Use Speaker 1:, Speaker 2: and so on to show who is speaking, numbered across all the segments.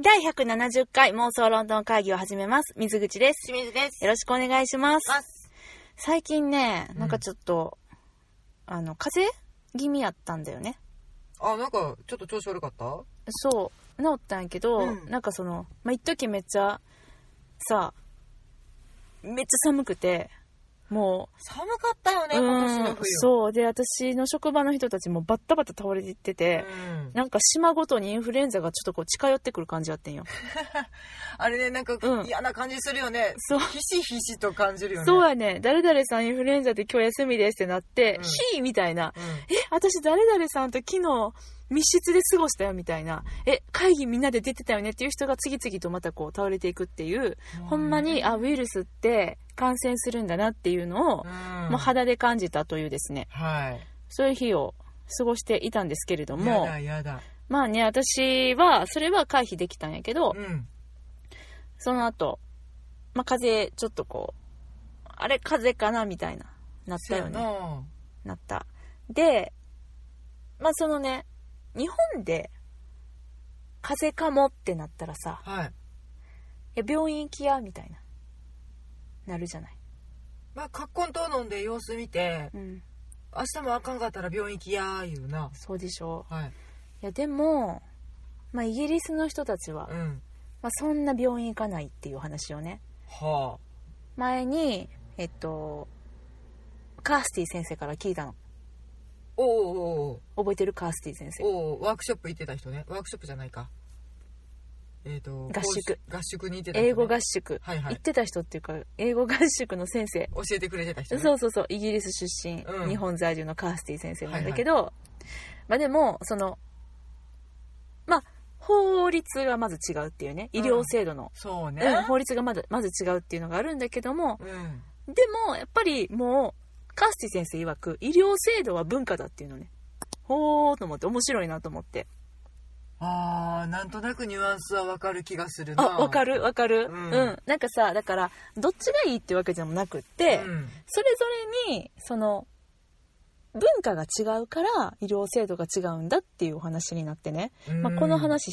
Speaker 1: 第170回妄想ロンドン会議を始めます。水口です。
Speaker 2: 清水です。
Speaker 1: よろしくお願いします。
Speaker 2: ます。
Speaker 1: 最近ね、
Speaker 2: うん
Speaker 1: なんかちょっと、あの、風邪気味やったんだよね。
Speaker 2: あ、なんか、ちょっと調子悪かったう
Speaker 1: そう、治ったんやけど、
Speaker 2: うん
Speaker 1: なんかその、まあ、一時めっちゃ、さ、めっちゃ寒くて、も
Speaker 2: 寒かったよ
Speaker 1: う、
Speaker 2: ね、今年
Speaker 1: う
Speaker 2: の
Speaker 1: ん
Speaker 2: 冬。う。
Speaker 1: そう。で、私の職場の人たちもバッタバタ倒れていってて、
Speaker 2: ん、
Speaker 1: なんか島ごとにインフルエンザがちょっとこう近寄ってくる感じやってん よ。
Speaker 2: あれね、なんか、
Speaker 1: うん
Speaker 2: 嫌な感じするよね。
Speaker 1: そう。
Speaker 2: ひしひしと感じるよね。
Speaker 1: そうやね。誰々さんインフルエンザで今日休みですってなって
Speaker 2: う、ん
Speaker 1: ひーみたいな。
Speaker 2: うん。
Speaker 1: え、私誰々さんと昨日密室で過ごしたよみたいな。え、会議みんなで出てたよねっていう人が次々とまたこう倒れていくっていう、ほんまに、あ、ウイルスって感染するんだなっていうのを
Speaker 2: うん、、
Speaker 1: もう肌で感じたというですね、
Speaker 2: はい。
Speaker 1: そういう日を過ごしていたんですけれども
Speaker 2: や、だやだ。
Speaker 1: まあね、私は、それは回避できたんやけど、
Speaker 2: うん。
Speaker 1: その後、まあ、風邪、ちょっとこう、あれ、風邪かなみたいな、なったよ
Speaker 2: そう
Speaker 1: ね。
Speaker 2: やな
Speaker 1: なった。で、まあ、そのね、日本で、風邪かもってなったらさ、
Speaker 2: はい。
Speaker 1: いや、病院行きや、みたいな、なるじゃない。
Speaker 2: まあ、カッコンと飲んで様子見て、
Speaker 1: うん。
Speaker 2: 明日もあかんかったら病院行きやー、言うな。
Speaker 1: そうでしょ
Speaker 2: はい。
Speaker 1: う。いや、でも、まあ、イギリスの人たちは、
Speaker 2: うん。
Speaker 1: まあ、そんな病院行かないっていう話をね、
Speaker 2: は
Speaker 1: 前に、えっと、カースティ先生から聞いたの。
Speaker 2: あ。おおお
Speaker 1: 覚えてるカースティ先
Speaker 2: お
Speaker 1: 生。
Speaker 2: おおワークショップ行ってた人ね。ワークショップじゃないか。えっ、と、
Speaker 1: 合宿。
Speaker 2: 合宿に行ってた人、ね。
Speaker 1: 英語合宿。
Speaker 2: はいは
Speaker 1: 行
Speaker 2: い
Speaker 1: っ。てた人っていうか、英語合宿の先生。
Speaker 2: 教えてくれてた人、ね、
Speaker 1: そうそうそう、イギリス出身、
Speaker 2: うん
Speaker 1: 日本在住のカースティ先生なんだけど、まあでも、その、まあ、法律がまず違うっていうね、医療制度の、
Speaker 2: そう
Speaker 1: う
Speaker 2: ね
Speaker 1: ん法律がまずまず違うっていうのがあるんだけども、
Speaker 2: うん、
Speaker 1: でも、やっぱりもう、カースティ先生曰く、医療制度は文化だっていうのね。ほーと思って、面白いなと思って。
Speaker 2: あーなんとなくニュアンスはわかる気がするな
Speaker 1: あ、わか
Speaker 2: る
Speaker 1: るわかる、う。
Speaker 2: うんん
Speaker 1: なんかさ、だから、どっちがいいってわけじゃなくって、
Speaker 2: うん
Speaker 1: それぞれに、その、文化が違うから医療制度が違うんだっていうお話になってね、まあ、この話し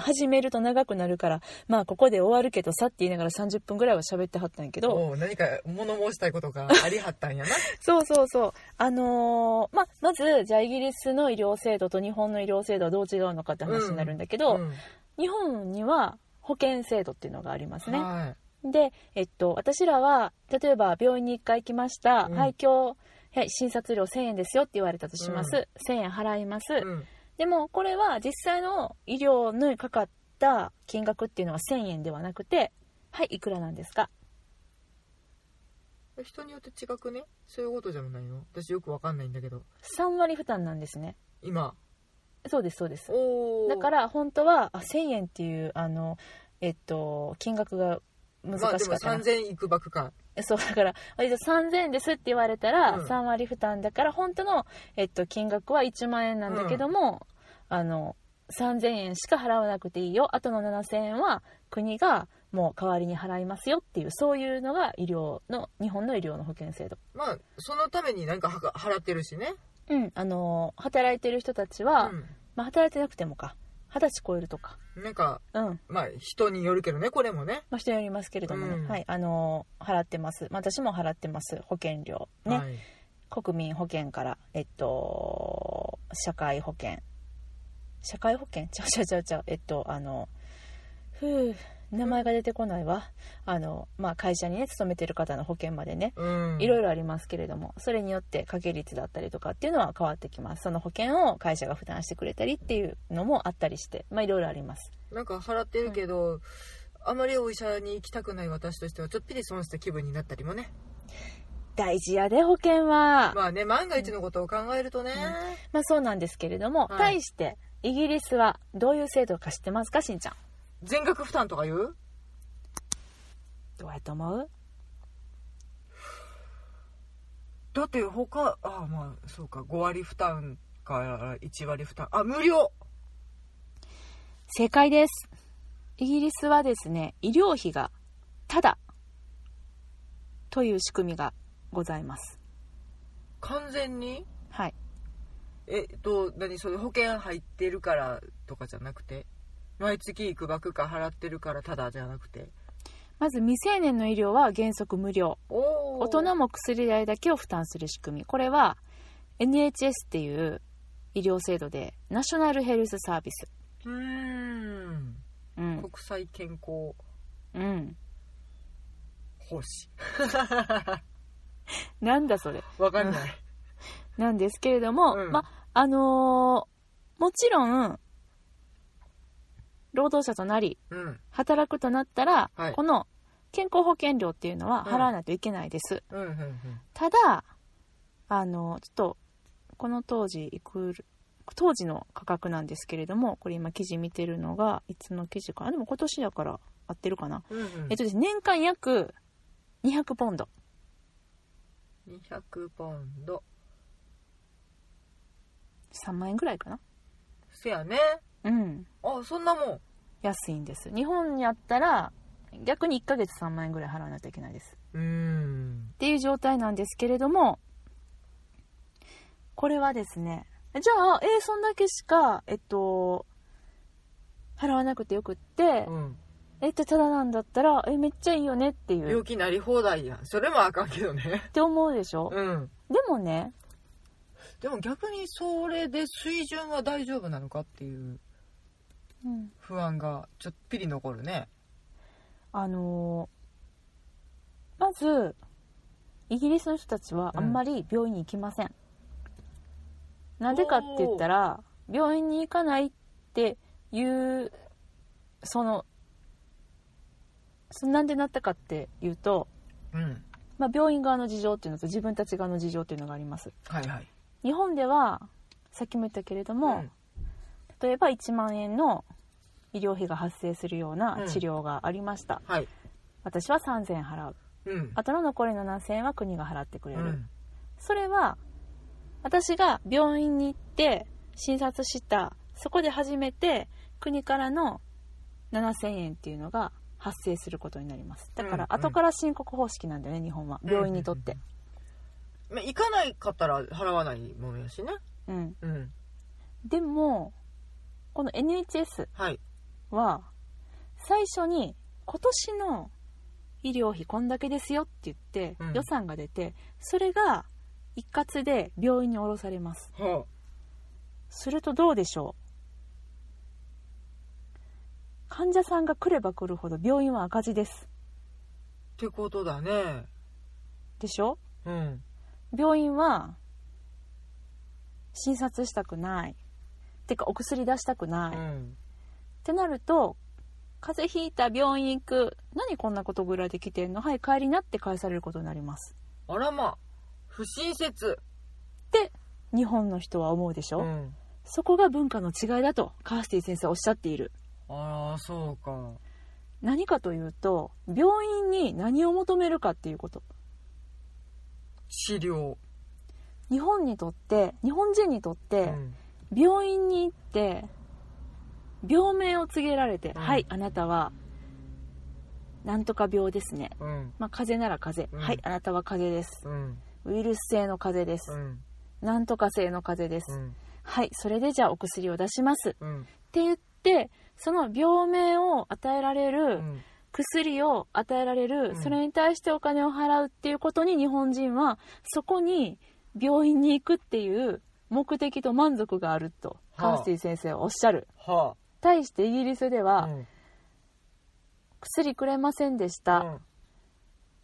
Speaker 1: 始めると長くなるからまあここで終わるけどさって言いながら30分ぐらいは喋ってはったんやけど
Speaker 2: おう何か物申したいことがありはったんやな
Speaker 1: そうそうそうあのーまあまずじゃあイギリスの医療制度と日本の医療制度はどう違うのかって話になるんだけど、
Speaker 2: ん
Speaker 1: 日本には保険制度っていうのがありますね、
Speaker 2: は
Speaker 1: で、えっと、私らは例えば病院に1回行きました、
Speaker 2: うん
Speaker 1: はい今日はい診察料1000円ですよって言われたとします、1000円払います、
Speaker 2: い、うん
Speaker 1: でもこれは実際の医療にかかった金額っていうのは1000円ではなくてはいいくらなんですか
Speaker 2: 人によって違くねそういうことじゃないの私よくわかんないんだけど
Speaker 1: 3割負担なんですね
Speaker 2: 今
Speaker 1: そうですそうです
Speaker 2: おお
Speaker 1: だからら本当はあ1000円っていうあのえっと金額が難
Speaker 2: まあで
Speaker 1: し
Speaker 2: も
Speaker 1: かったな、
Speaker 2: 3000いくばくか
Speaker 1: そうだからあじゃあ3000円ですって言われたら
Speaker 2: うん
Speaker 1: 3割負担だから本当の、えっと、金額は1万円なんだけども、あの3000円しか払わなくていいよあとの7000円は国がもう代わりに払いますよっていうそういうのが医療の日本の医療の保険制度。
Speaker 2: まあそのためになんかはか払ってるしね
Speaker 1: うん、あの働いてる人たちは、
Speaker 2: う
Speaker 1: まあ、働いてなくてもか二十歳超えるとか、
Speaker 2: ん、なんか
Speaker 1: うん
Speaker 2: まあ人によるけどねこれもね
Speaker 1: まあ、人によりますけれどもね、
Speaker 2: うん
Speaker 1: はいあの払ってます、まあ、私も払ってます保険料ね、
Speaker 2: はい、
Speaker 1: 国民保険から、えっと、社会保険社会保険ちゃうちゃうちゃうちゃうえっとあのふう名前が出てこないわあの、まあ、会社にね勤めてる方の保険までね
Speaker 2: うん、
Speaker 1: いろい
Speaker 2: ろ
Speaker 1: ろありますけれどもそれによって掛け率だったりとかっていうのは変わってきますその保険を会社が負担してくれたりっていうのもあったりしてまあいろいろあります
Speaker 2: なんか払ってるけど、あまりお医者に行きたくない私としてはちょっぴり損した気分になったりもね
Speaker 1: 大事やで保険は
Speaker 2: まあね万が一のことを考えるとね、
Speaker 1: まあそうなんですけれども、
Speaker 2: はい
Speaker 1: 対してイギリスはどういう制度か知ってますかしんちゃん
Speaker 2: 全額負担とか言う
Speaker 1: どうやと思う
Speaker 2: だって他ああまあそうか5割負担から1割負担あ無料
Speaker 1: 正解ですイギリスはですね医療費がただという仕組みがございます
Speaker 2: 完全に
Speaker 1: はい
Speaker 2: えっと何それ保険入ってるからとかじゃなくて毎月いくばくか払ってるからただじゃなくて
Speaker 1: まず未成年の医療は原則無料
Speaker 2: お
Speaker 1: 大人も薬代だけを負担する仕組みこれは NHS っていう医療制度でナショナルヘルスサービス
Speaker 2: うーん
Speaker 1: うん
Speaker 2: 国際健康
Speaker 1: うん
Speaker 2: 奉仕
Speaker 1: なんだそれ
Speaker 2: わかんない
Speaker 1: なんですけれども、
Speaker 2: うん
Speaker 1: まあのーもちろん労働者となり
Speaker 2: うん
Speaker 1: 働くとなったら、
Speaker 2: はい
Speaker 1: この健康保険料っていうのは
Speaker 2: うん
Speaker 1: 払わないといけないです、
Speaker 2: うんうんうん
Speaker 1: ただあのちょっとこの当時いくる当時の価格なんですけれどもこれ今記事見てるのがいつの記事かあでも今年だから合ってるかな、
Speaker 2: うんうん
Speaker 1: えっとですね年間約200ポンド
Speaker 2: 200ポンド
Speaker 1: 3万円ぐらいかな
Speaker 2: せやね
Speaker 1: うん
Speaker 2: あそんなもん
Speaker 1: 安いんです日本にあったら逆に1ヶ月3万円ぐらい払わないといけないです
Speaker 2: うーん
Speaker 1: っていう状態なんですけれどもこれはですねじゃあえーそんだけしかえっと払わなくてよくって
Speaker 2: うん
Speaker 1: えってただなんだったらえめっちゃいいよねっていう
Speaker 2: 病
Speaker 1: っ
Speaker 2: 気なり放題やんそれもあかんけどね
Speaker 1: て思うでしょ、
Speaker 2: うん
Speaker 1: でもね
Speaker 2: でも逆にそれで水準は大丈夫なのかっていう
Speaker 1: うん
Speaker 2: 不安がちょっぴり残るね
Speaker 1: あのーまずイギリスの人たちはあんまり病院に行きません、なんでかって言ったら病院に行かないっていうそのそなんでなったかっていうと、
Speaker 2: うん
Speaker 1: まあ、病院側の事情っていうのと自分たち側の事情っていうのがあります
Speaker 2: はいはい
Speaker 1: 日本ではさっきも言ったけれども、例えば1万円の医療費が発生するような治療がありました、
Speaker 2: はい
Speaker 1: 私は3000円払う
Speaker 2: うん
Speaker 1: あとの残りの7000円は国が払ってくれ
Speaker 2: う
Speaker 1: る、
Speaker 2: ん
Speaker 1: それは私が病院に行って診察したそこで初めて国からの7000円っていうのが発生することになりますだから
Speaker 2: うんうん
Speaker 1: 後から申告方式なんだよね日本は病院にとって、
Speaker 2: まあ行かないかったら払わないものやしね
Speaker 1: うん、
Speaker 2: うん
Speaker 1: でもこの NHS
Speaker 2: はい
Speaker 1: は最初に今年の医療費こんだけですよって言って
Speaker 2: うん
Speaker 1: 予算が出て、それが一括で病院に下ろされます
Speaker 2: は
Speaker 1: するとどうでしょう患者さんが来れば来るほど病院は赤字です
Speaker 2: あってことだね
Speaker 1: でしょ
Speaker 2: うん
Speaker 1: 病院は診察したくないてかお薬出したくない、
Speaker 2: う
Speaker 1: っ
Speaker 2: ん
Speaker 1: てなると風邪ひいた病院行く何こんなことぐらいで来てんのはい帰りなって返されることになります
Speaker 2: あらまあ不親切
Speaker 1: 日本の人は思うでしょ、
Speaker 2: うん
Speaker 1: そこが文化の違いだとカースティ先生はおっしゃっている
Speaker 2: ああそうか
Speaker 1: 何かというと病院に何を求めるかっていうこと
Speaker 2: 治療
Speaker 1: 日本にとって日本人にとっ
Speaker 2: う
Speaker 1: て、
Speaker 2: ん
Speaker 1: 病院に行って病名を告げられて「
Speaker 2: うん
Speaker 1: はいあなたはなんとか病ですね」
Speaker 2: うん
Speaker 1: まあ、風邪なら風邪、
Speaker 2: うん
Speaker 1: はいあなたは風邪です
Speaker 2: うん
Speaker 1: ウイルス性の風邪で
Speaker 2: う
Speaker 1: す、
Speaker 2: ん
Speaker 1: なんとか性の風邪です、
Speaker 2: うん
Speaker 1: はいそれでじゃあお薬を出します
Speaker 2: うん
Speaker 1: って言ってその病名を与えられる、
Speaker 2: うん
Speaker 1: 薬を与えられる、
Speaker 2: うん
Speaker 1: それに対してお金を払うっていうことに日本人はそこに病院に行くっていう目的と満足があると
Speaker 2: はあ
Speaker 1: カースティ先生はおっしゃる、
Speaker 2: は
Speaker 1: 対してイギリスで
Speaker 2: あ
Speaker 1: は、
Speaker 2: うん
Speaker 1: 薬くれませんでした、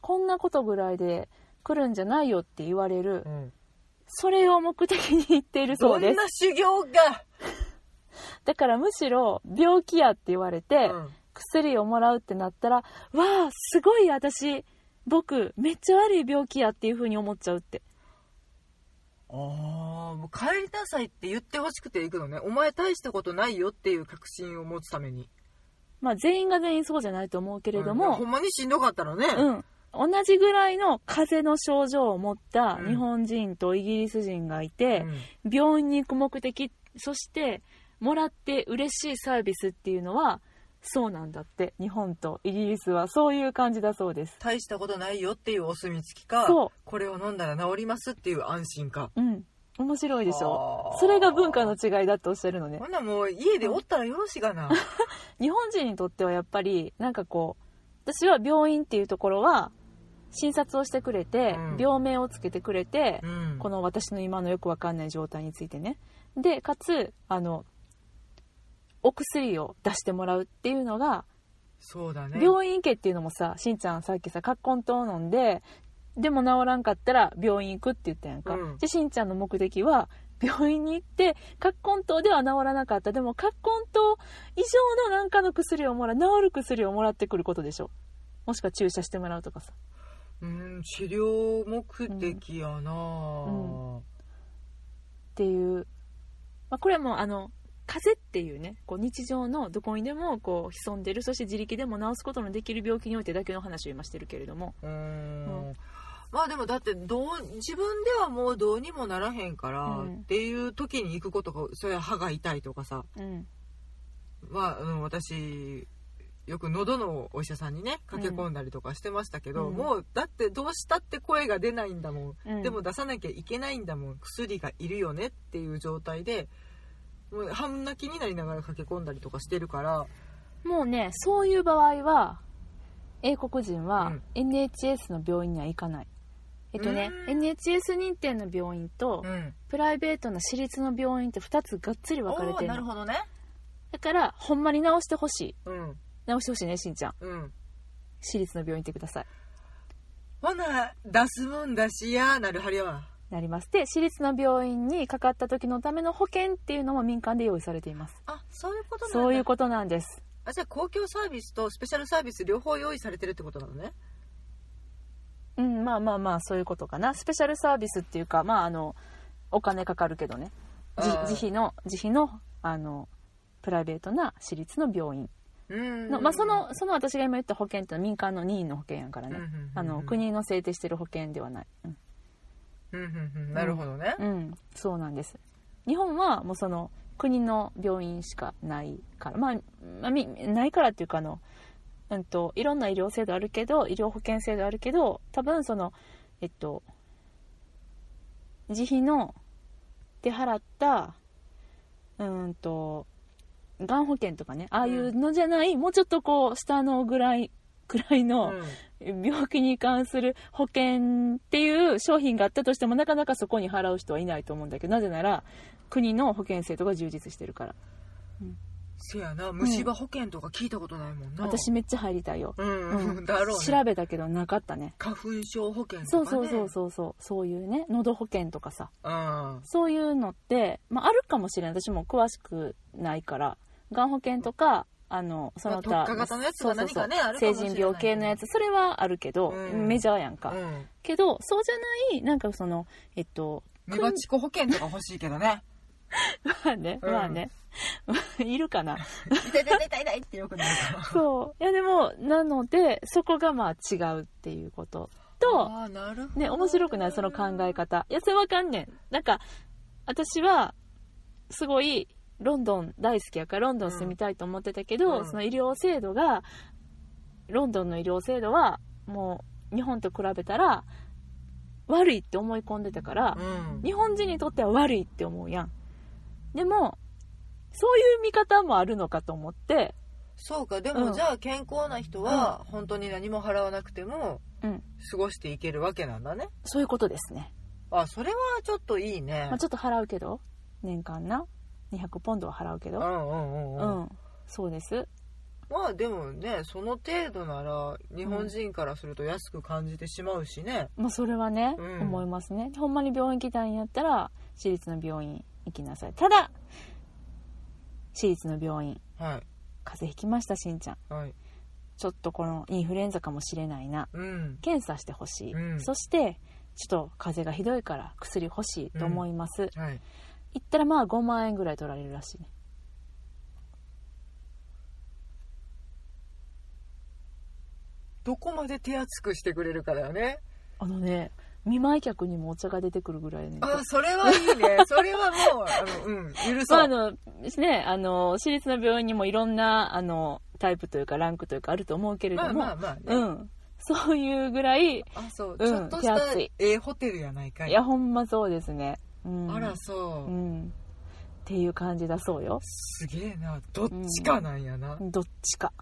Speaker 1: こんなことぐらいで来るんじゃないよって言われる、
Speaker 2: うんうん
Speaker 1: それを目的に言っているそう
Speaker 2: ど
Speaker 1: で
Speaker 2: ん
Speaker 1: す
Speaker 2: な修行が
Speaker 1: だからむしろ病気やって言われて、
Speaker 2: うん
Speaker 1: 薬をもらうってなったらわあすごい私僕めっちゃ悪い病気やっていう風に思っちゃうって
Speaker 2: ああ、もう帰りなさいって言ってほしくて行くのね。お前大したことないよっていう確信を持つために。
Speaker 1: まあ全員が全員そうじゃないと思うけれど
Speaker 2: うん
Speaker 1: も
Speaker 2: ほ、んまにしんどかったらね。
Speaker 1: うん、同じぐらいの風邪の症状を持った
Speaker 2: うん
Speaker 1: 日本人とイギリス人がいて
Speaker 2: う、ん
Speaker 1: 病院に行く目的、そしてもらって嬉しいサービスっていうのは、そうなんだって、日本とイギリスはそういう感じだそうです。
Speaker 2: 大したことないよっていうお墨付きか、
Speaker 1: そう
Speaker 2: これを飲んだら治りますっていう安心か。
Speaker 1: うん。面白いでし
Speaker 2: あ
Speaker 1: ょ
Speaker 2: ー
Speaker 1: それが文化の違いだっておっしゃるのね
Speaker 2: ほんならもう家でおったらよろしがな
Speaker 1: 日本人にとってはやっぱりなんかこう私は病院っていうところは診察をしてくれて、
Speaker 2: うん
Speaker 1: 病名をつけてくれて、
Speaker 2: うん
Speaker 1: この私の今のよくわかんない状態についてねでかつあのお薬を出してもらうっていうのが、
Speaker 2: そうだね
Speaker 1: 病院行けっていうのもさしんちゃんさっきさ葛根湯飲んででも治らんかったら病院行くって言ったやんか、
Speaker 2: うん
Speaker 1: でしんちゃんの目的は病院に行って葛根湯では治らなかったでも葛根湯以上のなんかの薬をもらう治る薬をもらってくることでしょもしくは注射してもらうとかさ
Speaker 2: うん治療目的やな、
Speaker 1: んっていう、まあ、これはもうあの風邪っていうねこう日常のどこにでもこう潜んでるそして自力でも治すことのできる病気においてだけの話を今してるけれども
Speaker 2: うーん
Speaker 1: う
Speaker 2: まあでもだってどう自分ではもうどうにもならへんから、
Speaker 1: うん
Speaker 2: っていう時に行くことがそれは歯が痛いとかさ
Speaker 1: うん
Speaker 2: は、うん、私よく喉のお医者さんにね駆け込んだりとかしてましたけど、
Speaker 1: うん
Speaker 2: もうだってどうしたって声が出ないんだもん、
Speaker 1: うん
Speaker 2: でも出さなきゃいけないんだもん薬がいるよねっていう状態でもう半泣きになりながら駆け込んだりとかしてるから
Speaker 1: もうねそういう場合は英国人
Speaker 2: う
Speaker 1: は
Speaker 2: ん
Speaker 1: NHS の病院には行かない、えっとね
Speaker 2: うーん
Speaker 1: NHS 認定の病院と
Speaker 2: ん
Speaker 1: プライベートな私立の病院って2つがっつり分かれてる
Speaker 2: なる
Speaker 1: の
Speaker 2: ほどね
Speaker 1: だからほんまに治してほしい
Speaker 2: うん
Speaker 1: 治してほしいねしんちゃん
Speaker 2: うん
Speaker 1: 私立の病院行ってください
Speaker 2: ほな出すもんだしやなるはりやわ
Speaker 1: なりますで私立の病院にかかった時のための保険っていうのも民間で用意されています
Speaker 2: あそういうことなんだ
Speaker 1: そういうことなんです
Speaker 2: あじゃあ公共サービスとスペシャルサービス両方用意されてるってことなのね
Speaker 1: うんまあまあまあそういうことかなスペシャルサービスっていうかまああのお金かかるけどねじ
Speaker 2: あー
Speaker 1: 自費の自費のあのプライベートな私立の病院
Speaker 2: うん
Speaker 1: の、まあ、そのその私が今言った保険ってのは民間の任意の保険やから
Speaker 2: うんうん
Speaker 1: ね、
Speaker 2: うんうん
Speaker 1: あの国の制定してる保険ではない、うん
Speaker 2: うんうんうんなるほどね
Speaker 1: うん、そうなんです日本はもうその国の病院しかないからまあ、まあみないからっていうかあの、うん、といろんな医療制度あるけど医療保険制度あるけど多分そのえっと自費の手払ったうーんとがん保険とかねああいうのじゃない、もうちょっとこう下のぐらいくらいの、
Speaker 2: うん
Speaker 1: 病気に関する保険っていう商品があったとしてもなかなかそこに払う人はいないと思うんだけどなぜなら国の保険制度が充実してるから
Speaker 2: せやな虫歯保険とか聞いたことないもんな、
Speaker 1: 私めっちゃ入りたいよ、
Speaker 2: うん、
Speaker 1: うん
Speaker 2: だろう、ね、
Speaker 1: 調べたけどなかったね
Speaker 2: 花粉症保険とか、ね、
Speaker 1: そうそうそうそうそうそういうね喉保険とかさ
Speaker 2: うん
Speaker 1: そういうのって、まあ、あるかもしれない私も詳しくないからがん保険とかあのその
Speaker 2: まあ
Speaker 1: 他、
Speaker 2: 特化型のやつ
Speaker 1: そ
Speaker 2: が
Speaker 1: うそう
Speaker 2: 何
Speaker 1: そ
Speaker 2: か
Speaker 1: う
Speaker 2: ねある
Speaker 1: 成
Speaker 2: かもしれない
Speaker 1: 人病系のやつそれはあるけど、
Speaker 2: うん
Speaker 1: メジャーやんか、
Speaker 2: うん
Speaker 1: けどそうじゃないなんかそのえっと
Speaker 2: メバチコ保険とか欲しいけどね
Speaker 1: まあね、
Speaker 2: うん
Speaker 1: まあね。 いるかな。
Speaker 2: 痛い痛い痛い痛いってよくなるから
Speaker 1: そう。いやでも、なので、そこがまあ違うっていうことと、
Speaker 2: あーなるほど
Speaker 1: ね、面白くないその考え方。いや、それわかんねん。なんか、私は、すごい、ロンドン大好きやから、ロンドン住みたいと思ってたけど、
Speaker 2: うん
Speaker 1: その医療制度が、ロンドンの医療制度は、もう、日本と比べたら、悪いって思い込んでたから、
Speaker 2: うん
Speaker 1: 日本人にとっては悪いって思うやんでもそういう見方もあるのかと思って
Speaker 2: そうかでも、
Speaker 1: うん
Speaker 2: じゃあ健康な人は本当に何も払わなくても
Speaker 1: うん
Speaker 2: 過ごしていけるわけなんだね
Speaker 1: そういうことですね、
Speaker 2: あそれはちょっといいね
Speaker 1: まあ、ちょっと払うけど年間な200ポンドは払うけ
Speaker 2: う
Speaker 1: ど
Speaker 2: んうんうん
Speaker 1: う
Speaker 2: うん、
Speaker 1: ん、そうです
Speaker 2: まあでもねその程度なら日本人からすると安く感じてしまうしね、
Speaker 1: まあそれはね、
Speaker 2: うん
Speaker 1: 思いますねほんまに病院行きたいんやったら私立の病院行きなさいただ私立の病院
Speaker 2: はい
Speaker 1: 風邪ひきましたしんちゃん
Speaker 2: はい
Speaker 1: ちょっとこのインフルエンザかもしれないな
Speaker 2: うん
Speaker 1: 検査してほしい、
Speaker 2: うん
Speaker 1: そしてちょっと風邪がひどいから薬欲しいと思います、
Speaker 2: はい
Speaker 1: 行ったらまあ5万円ぐらい取られるらしいね
Speaker 2: どこまで手厚くしてくれるかだよね
Speaker 1: あのね見舞い客にもお茶が出てくるぐらいやねんけど
Speaker 2: あそれはいい ねそれはもうあのうん許そう、
Speaker 1: まああのねあの私立の病院にもいろんなあのタイプというかランクというかあると思うけれど
Speaker 2: まあ
Speaker 1: も、
Speaker 2: まあまあね、
Speaker 1: うんそういうぐらい
Speaker 2: あそう、
Speaker 1: うん
Speaker 2: ちょっとした
Speaker 1: 手厚い
Speaker 2: ええホテルやないか
Speaker 1: い
Speaker 2: い
Speaker 1: やほんまそうですねうん、
Speaker 2: あらさ、
Speaker 1: うん、っていう感じだそうよ
Speaker 2: すげえなどっちかなんやな、
Speaker 1: どっちか、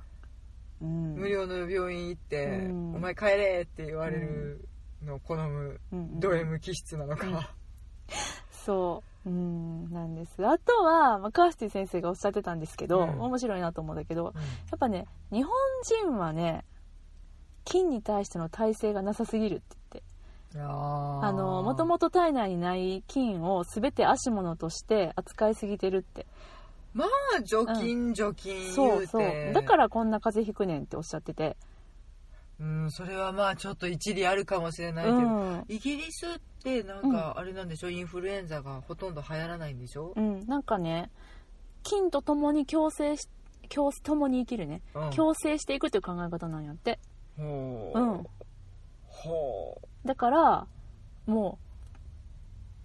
Speaker 1: うん、
Speaker 2: 無料の病院行って「
Speaker 1: うん
Speaker 2: お前帰れ!」って言われるのを好む
Speaker 1: うん
Speaker 2: ド M 気質なのか、
Speaker 1: うんそう、うん、なんですあとは、まあ、カースティ先生がおっしゃってたんですけど、
Speaker 2: うん
Speaker 1: 面白いなと思うんだけどや
Speaker 2: う
Speaker 1: っぱね日本人はね菌に対しての耐性がなさすぎるって言って
Speaker 2: んあー
Speaker 1: あのもともと体内にない菌を全て足物として扱いすぎてるって
Speaker 2: まあ除菌除菌言
Speaker 1: そうう
Speaker 2: て、
Speaker 1: そうだからこんな風邪ひくねんっておっしゃってて、
Speaker 2: うん、それはまあちょっと一理あるかもしれないけ
Speaker 1: う
Speaker 2: ど、
Speaker 1: ん
Speaker 2: イギリスってなんかあれなんでしょ、インフルエンザがほとんど流行らないんでしょ
Speaker 1: う、ん、なんかね菌と共に共生し共共に生きるね
Speaker 2: うん
Speaker 1: 共生していくっていう考え方なんやって
Speaker 2: ほう、
Speaker 1: うん
Speaker 2: ほ
Speaker 1: だからもう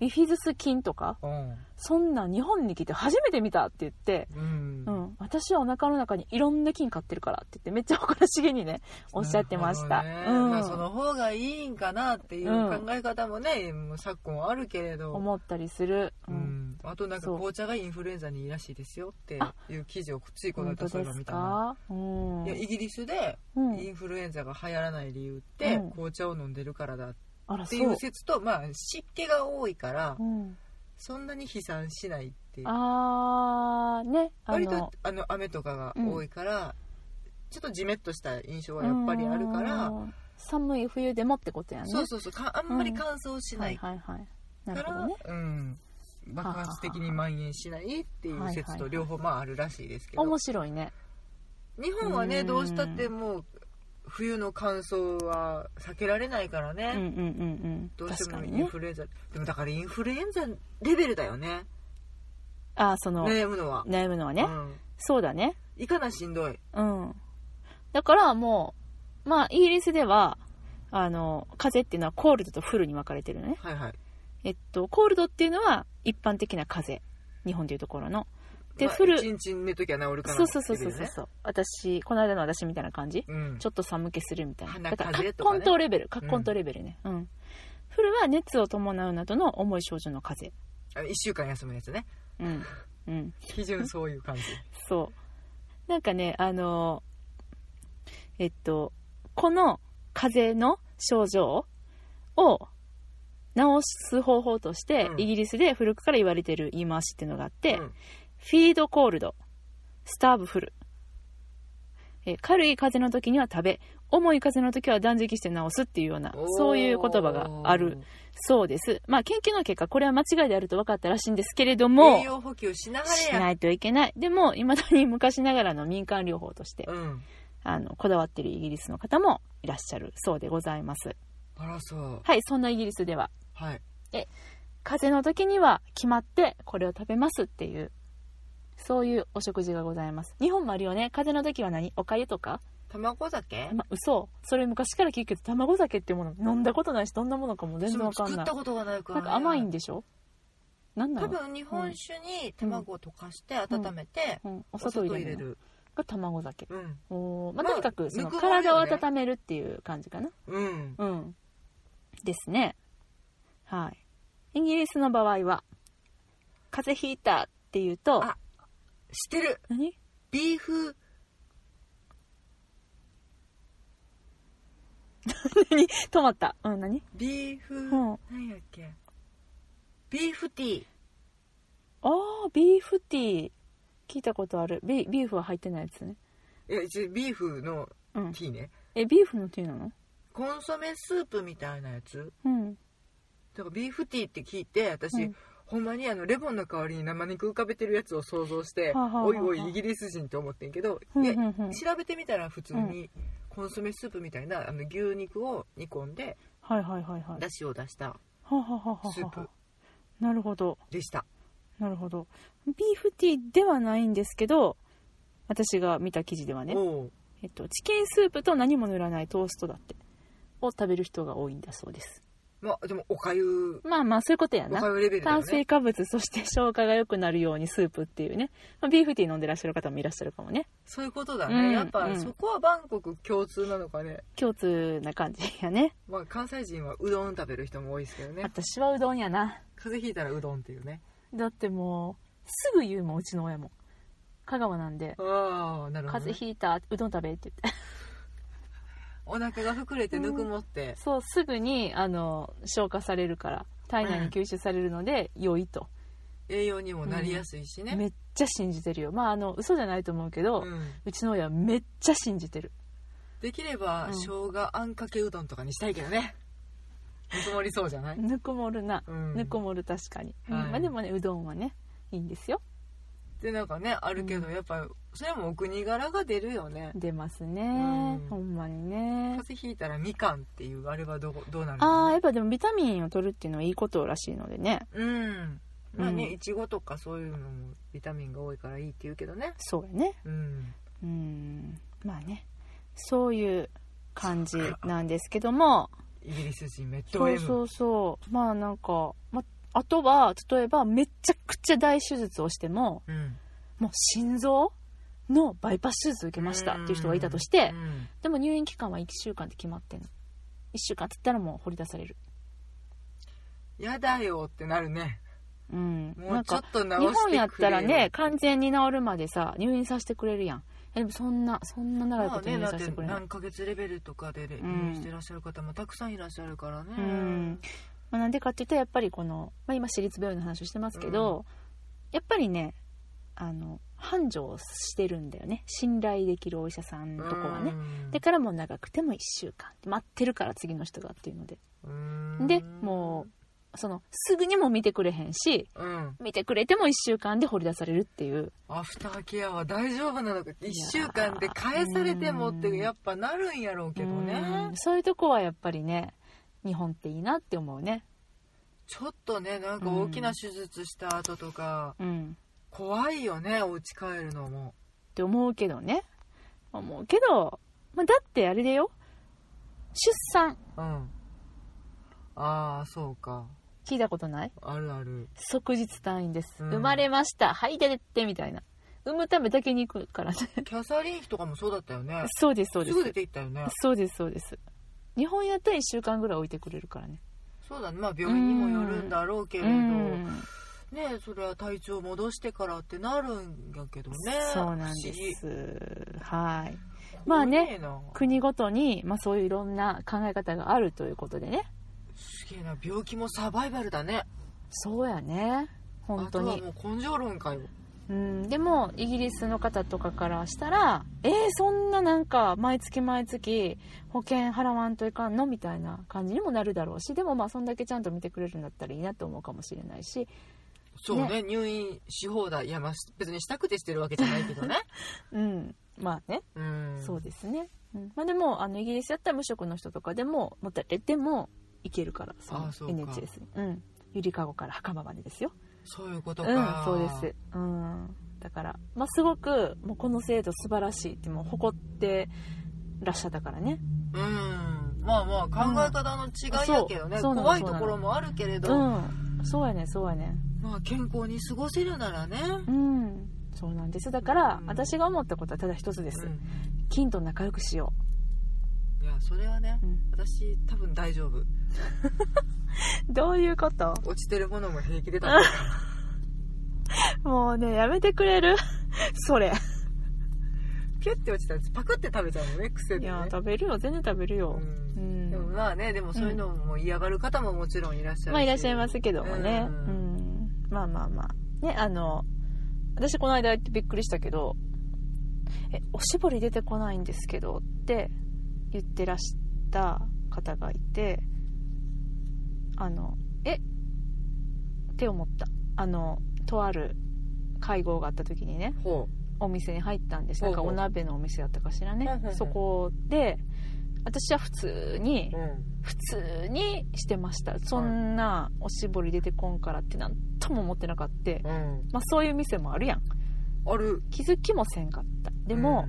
Speaker 1: ビフィズス菌とか
Speaker 2: ううん
Speaker 1: そんなん日本に来て初めて見たって言って、
Speaker 2: うん
Speaker 1: うん私はお腹の中にいろんな菌飼ってるからって言ってめっちゃ誇らしげに ねおっしゃってました、
Speaker 2: なる
Speaker 1: う
Speaker 2: ほどね
Speaker 1: ん
Speaker 2: まあ、その方がいいんかなっていう考え方もね、もう昨今あるけれど、
Speaker 1: 思ったりする、
Speaker 2: う
Speaker 1: うん
Speaker 2: ん、あとなんか
Speaker 1: そう
Speaker 2: 紅茶がインフルエンザにいいらしいですよって
Speaker 1: あ
Speaker 2: いう記事をついこの
Speaker 1: 本
Speaker 2: 間
Speaker 1: 当
Speaker 2: そう
Speaker 1: で
Speaker 2: いうの
Speaker 1: す
Speaker 2: 見たな
Speaker 1: かうん
Speaker 2: いやイギリスで
Speaker 1: うん
Speaker 2: インフルエンザが流行らない理由って、
Speaker 1: うん
Speaker 2: 紅茶を飲んでるからだっ
Speaker 1: あらそ
Speaker 2: ていうう、説とまあ湿気が多いから、
Speaker 1: うん、
Speaker 2: そんなに飛散しないっていう
Speaker 1: あーねあ
Speaker 2: 割
Speaker 1: の
Speaker 2: とあの雨とかが多いから、ちょっとジメッとした印象はやっぱりあるから
Speaker 1: うん寒い冬でもってことやね
Speaker 2: そうそうそうかあんまり乾燥しない
Speaker 1: はいはいはいな
Speaker 2: か
Speaker 1: るほ
Speaker 2: ら、
Speaker 1: どね
Speaker 2: うん、爆発的に蔓延しないっていう説と両方まああるらしいですけど、
Speaker 1: 面白いね
Speaker 2: 日本はね
Speaker 1: うん
Speaker 2: どうしたってもう冬の乾燥は避けられないからね、
Speaker 1: うんうんうんう
Speaker 2: ど
Speaker 1: ん
Speaker 2: うして
Speaker 1: 確か
Speaker 2: も
Speaker 1: に
Speaker 2: イン
Speaker 1: ね
Speaker 2: フルエンザ、でもだからインフルエンザレベルだよね
Speaker 1: あーその、
Speaker 2: 悩むのは、
Speaker 1: 悩むのはね、
Speaker 2: うん
Speaker 1: そうだね
Speaker 2: いかなしんどい
Speaker 1: うんだからもうまあイギリスではあの風邪っていうのはコールドとフルに分かれてるのね
Speaker 2: はいはい
Speaker 1: えっとコールドっていうのは一般的な風邪日本でいうところので
Speaker 2: まあ
Speaker 1: フル
Speaker 2: 一日寝ときゃ治るから
Speaker 1: そうそうそうそうそう
Speaker 2: ね
Speaker 1: そう、私この間の私みたいな感じ
Speaker 2: うん
Speaker 1: ちょっと寒気するみたいな
Speaker 2: 鼻
Speaker 1: だから
Speaker 2: 風邪とか
Speaker 1: 葛根
Speaker 2: ね
Speaker 1: 湯レベル葛根湯レベルねうん、フルは熱を伴うなどの重い症状の風
Speaker 2: あ1週間休むやつね
Speaker 1: 邪うんうん
Speaker 2: 基準そういう感じ
Speaker 1: そうなんかねあのえっとこの風邪の症状を治す方法として、
Speaker 2: うん
Speaker 1: イギリスで古くから言われてる言い回しっていうのがあって、
Speaker 2: うん
Speaker 1: フィードコールドスターブフルえー軽い風邪の時には食べ重い風邪の時は断食して治すっていうようなそういう言葉があるそうですまあ研究の結果これは間違いであると分かったらしいんですけれど
Speaker 2: もう
Speaker 1: も
Speaker 2: 栄養補給しなが
Speaker 1: し
Speaker 2: らや
Speaker 1: ないといけないでもいまだに昔ながらの民間療法として
Speaker 2: うん
Speaker 1: あのこだわってるイギリスの方もいらっしゃるそうでございます
Speaker 2: あらそう
Speaker 1: はいそんなイギリスでは
Speaker 2: はい
Speaker 1: 風邪の時には決まってこれを食べますっていうそういうお食事がございます日本もあるよね風邪の時は何おかゆとか
Speaker 2: 卵酒
Speaker 1: まあ嘘それ昔から聞くけど卵酒ってもの飲んだことないしどんなものかも全
Speaker 2: 私
Speaker 1: 然わ
Speaker 2: も
Speaker 1: か
Speaker 2: 作
Speaker 1: ん
Speaker 2: っ
Speaker 1: ない
Speaker 2: たことがないか
Speaker 1: な
Speaker 2: ら
Speaker 1: ん
Speaker 2: ね
Speaker 1: か甘いんでしょなんな
Speaker 2: 多
Speaker 1: の、
Speaker 2: 分日本酒に卵を溶かして温めて
Speaker 1: うん、お
Speaker 2: お
Speaker 1: 砂糖
Speaker 2: 砂
Speaker 1: 入
Speaker 2: 糖
Speaker 1: れ
Speaker 2: 入れ
Speaker 1: るの
Speaker 2: る
Speaker 1: が卵酒
Speaker 2: うん
Speaker 1: おーまあ、
Speaker 2: まあ
Speaker 1: とにかくその
Speaker 2: ぬくもりよ
Speaker 1: 体を
Speaker 2: ね
Speaker 1: 温めるっていう感じかな、
Speaker 2: うん
Speaker 1: うんですねはいイギリスの場合は風邪ひいたっていうと
Speaker 2: あ知ってる
Speaker 1: 何
Speaker 2: ビーフ
Speaker 1: 何止まったうん何
Speaker 2: ビーフ
Speaker 1: ん
Speaker 2: 何やっけビーフティー
Speaker 1: ああビーフティー聞いたことあるビビーフは入ってないやつね
Speaker 2: いや一応ビーフの
Speaker 1: うん
Speaker 2: ティーね
Speaker 1: えビーフのティーなの
Speaker 2: コンソメスープみたいなやつ
Speaker 1: うん
Speaker 2: だからビーフティーって聞いて私、
Speaker 1: うん
Speaker 2: ほんまにあのレモンの代わりに生肉浮かべてるやつを想像して、
Speaker 1: はあはあはあ
Speaker 2: おいおいイギリス人と思ってんけど、
Speaker 1: うん
Speaker 2: いや
Speaker 1: うんうん
Speaker 2: 調べてみたら普通にコンソメスープみたいなあの牛肉を煮込んで
Speaker 1: はいはいはいはい
Speaker 2: だしを出した
Speaker 1: ははははは
Speaker 2: スープ
Speaker 1: なるほど
Speaker 2: でした
Speaker 1: なるほどビーフティーではないんですけど私が見た記事ではね
Speaker 2: おう
Speaker 1: えっと、チキンスープと何も塗らないトーストだってを食べる人が多いんだそうです
Speaker 2: まあでもおかゆ
Speaker 1: まあまあそういうことや
Speaker 2: お
Speaker 1: な
Speaker 2: かゆレベルだよ
Speaker 1: 炭水
Speaker 2: ね
Speaker 1: 化物そして消化が良くなるようにスープっていうね、まあビーフティー飲んでらっしゃる方もいらっしゃるかもね
Speaker 2: そういうことだね、
Speaker 1: うん
Speaker 2: やっぱ、
Speaker 1: うん
Speaker 2: そこはバンコク共通なのかね、
Speaker 1: 共通な感じやね
Speaker 2: まあ、関西人はうどん食べる人も多いですけどね
Speaker 1: 私はうどんやな
Speaker 2: 風邪ひいたらうどんっていうね
Speaker 1: だってもうすぐ言うもんうちの親も香川なんで
Speaker 2: ああな
Speaker 1: 「
Speaker 2: るほど、
Speaker 1: 風
Speaker 2: ね
Speaker 1: 邪、ひいたうどん食べ」って言って
Speaker 2: お腹が膨れてぬくもって、
Speaker 1: そうすぐにあの消化されるから体内に吸収されるので良いと、
Speaker 2: 栄養にもなりやすいしね、
Speaker 1: めっちゃ信じてるよまああの嘘じゃないと思うけど、う
Speaker 2: うん
Speaker 1: ちの親はめっちゃ信じてる
Speaker 2: できれば、
Speaker 1: うん
Speaker 2: 生姜あんかけうどんとかにしたいけどねぬくもりそうじゃない、
Speaker 1: ぬくもるな、
Speaker 2: うん、
Speaker 1: ぬくもる確かに、
Speaker 2: はい
Speaker 1: うんまあ、でもねうどんはねいいんですよ
Speaker 2: でなんかねあるけど、やっぱそれもお国柄が出るよね
Speaker 1: 出ますね、
Speaker 2: うん
Speaker 1: ほんまにね
Speaker 2: 風邪ひいたらみかんっていうあれはどこどうなる
Speaker 1: あ
Speaker 2: の
Speaker 1: ーやっぱでもビタミンを取るっていうのはいいことらしいのでね
Speaker 2: うんまあね、
Speaker 1: うん
Speaker 2: いちごとかそういうのもビタミンが多いからいいって言うけどね
Speaker 1: そうやね
Speaker 2: うん
Speaker 1: うんまあねそういう感じなんですけども
Speaker 2: イギリス人めっちゃ
Speaker 1: そうそうそうまあなんか、まあとは例えばめちゃくちゃ大手術をしても
Speaker 2: うん、
Speaker 1: もう心臓のバイパス手術受けましたっていう人がいたとして
Speaker 2: うん
Speaker 1: でも入院期間は1週間って決まってんの1週間経ったらもう掘り出される
Speaker 2: やだよってなるね
Speaker 1: うん
Speaker 2: もうちょっと
Speaker 1: 日
Speaker 2: 直してく
Speaker 1: 本
Speaker 2: れよ
Speaker 1: やったらね完全に治るまでさ入院させてくれるやんえでもそんなそんな長い
Speaker 2: ま
Speaker 1: こ
Speaker 2: あ
Speaker 1: と
Speaker 2: ね
Speaker 1: 入院
Speaker 2: だっ
Speaker 1: させ
Speaker 2: て
Speaker 1: てくれない、
Speaker 2: 何ヶ月レベルとかでね
Speaker 1: うん
Speaker 2: 入院してらっしゃる方もたくさんいらっしゃるからね
Speaker 1: うんまあ、なんでかって言ったらやっぱりこの、まあ、今私立病院の話をしてますけど、やっぱりねあの繁盛してるんだよね信頼できるお医者さんのとこはね、
Speaker 2: うん
Speaker 1: だからもう長くても1週間待ってるから次の人がっていうので
Speaker 2: うん
Speaker 1: でもうそのすぐにも見てくれへんし
Speaker 2: うん
Speaker 1: 見てくれても1週間で掘り出されるっていう
Speaker 2: アフターケアは大丈夫なのか1週間で返されても
Speaker 1: う
Speaker 2: っ
Speaker 1: ん
Speaker 2: てやっぱなるんやろうけどね
Speaker 1: うんそういうとこはやっぱりね日本っていいなって思うね
Speaker 2: ちょっとねなんか大きな手術した後とか
Speaker 1: うん
Speaker 2: 怖いよねお家帰るのも
Speaker 1: って思うけどね思うけど、まあ、だってあれだよ出産
Speaker 2: うんああそうか
Speaker 1: 聞いたことない
Speaker 2: ある ある
Speaker 1: 即日退院です、
Speaker 2: うん
Speaker 1: 生まれましたはい出てってみたいな産むためだけに行くからね
Speaker 2: キャサリン妃とかもそうだったよね
Speaker 1: そうですそうですす
Speaker 2: ぐ出て行ったよね
Speaker 1: そうですそうです日本やったら1週間ぐらい置いてくれるからね
Speaker 2: そうだねまあ病院にもよるんだろうけれど
Speaker 1: うん
Speaker 2: ねそれは体調戻してからってなるんやけどね
Speaker 1: そうなん
Speaker 2: 不思
Speaker 1: で
Speaker 2: 議
Speaker 1: すはいま
Speaker 2: 怖
Speaker 1: あね
Speaker 2: えな
Speaker 1: 国ごとに、まあ、そういういろんな考え方があるということでね
Speaker 2: すげえな病気もサバイバルだね
Speaker 1: そうやね本当
Speaker 2: あ
Speaker 1: に
Speaker 2: とはもう根性論かよ
Speaker 1: うん、でもイギリスの方とかからしたらえー、そんななんか毎月毎月保険払わんといかんのみたいな感じにもなるだろうしでもまあそんだけちゃんと見てくれるんだったらいいなと思うかもしれないし、
Speaker 2: そうね入院し放題いやまあし別にしたくてしてるわけじゃないけ どね
Speaker 1: うん、まあね、
Speaker 2: うん
Speaker 1: そうですね、うんまあ、でもあのイギリスやったら無職の人とかでももたれてもいけるからその
Speaker 2: あそうか
Speaker 1: NHS にうんゆりかごから袴までですよ
Speaker 2: そういうこと
Speaker 1: うん
Speaker 2: か、
Speaker 1: そうですうんだから、まあ、すごくもうこの制度素晴らしいってもう誇ってらっしゃったからね
Speaker 2: うんまあまあ考え方の違いやけどね、
Speaker 1: うんそうそうなの
Speaker 2: 怖いところもあるけれど、
Speaker 1: うん、そうやねそうやね
Speaker 2: まあ健康に過ごせるならね、
Speaker 1: うんそうなんですだから、
Speaker 2: うん
Speaker 1: 私が思ったことはただ一つです、
Speaker 2: うん
Speaker 1: 金と仲良くしよ
Speaker 2: いやそれはね
Speaker 1: う、
Speaker 2: 私多分大丈夫
Speaker 1: どう いうこと
Speaker 2: 落ちてるものも平気で食べ る
Speaker 1: もうねやめてくれる そ れ
Speaker 2: ピュッて落ちたやつパクって食べちゃうのね癖
Speaker 1: い
Speaker 2: でね
Speaker 1: や食べるよ全然食べる
Speaker 2: う
Speaker 1: よ
Speaker 2: ん
Speaker 1: うん、
Speaker 2: でもまあねでもそういうのも嫌がる方ももちろんいらっしゃるし
Speaker 1: まあいらっしゃいますけどもね
Speaker 2: う
Speaker 1: うんん、まあまあまあねあの私この間言ってびっくりしたけど「えおしぼり出てこないんですけど」って言ってらした方がいてあの「えって思ったあのとある会合があった時にね
Speaker 2: ほ
Speaker 1: お店に入ったんですなんか
Speaker 2: ほう
Speaker 1: お
Speaker 2: ほう
Speaker 1: 鍋のお店だったかしら
Speaker 2: はいはい
Speaker 1: ね
Speaker 2: はい
Speaker 1: そこで私は普通に
Speaker 2: う、うん、
Speaker 1: 普通にしてましたそんなおしぼり出てこんからってなんとも思ってなかった、
Speaker 2: うん、
Speaker 1: まあ、そういう店もあるやん
Speaker 2: ある
Speaker 1: 気づきもせんかったでも、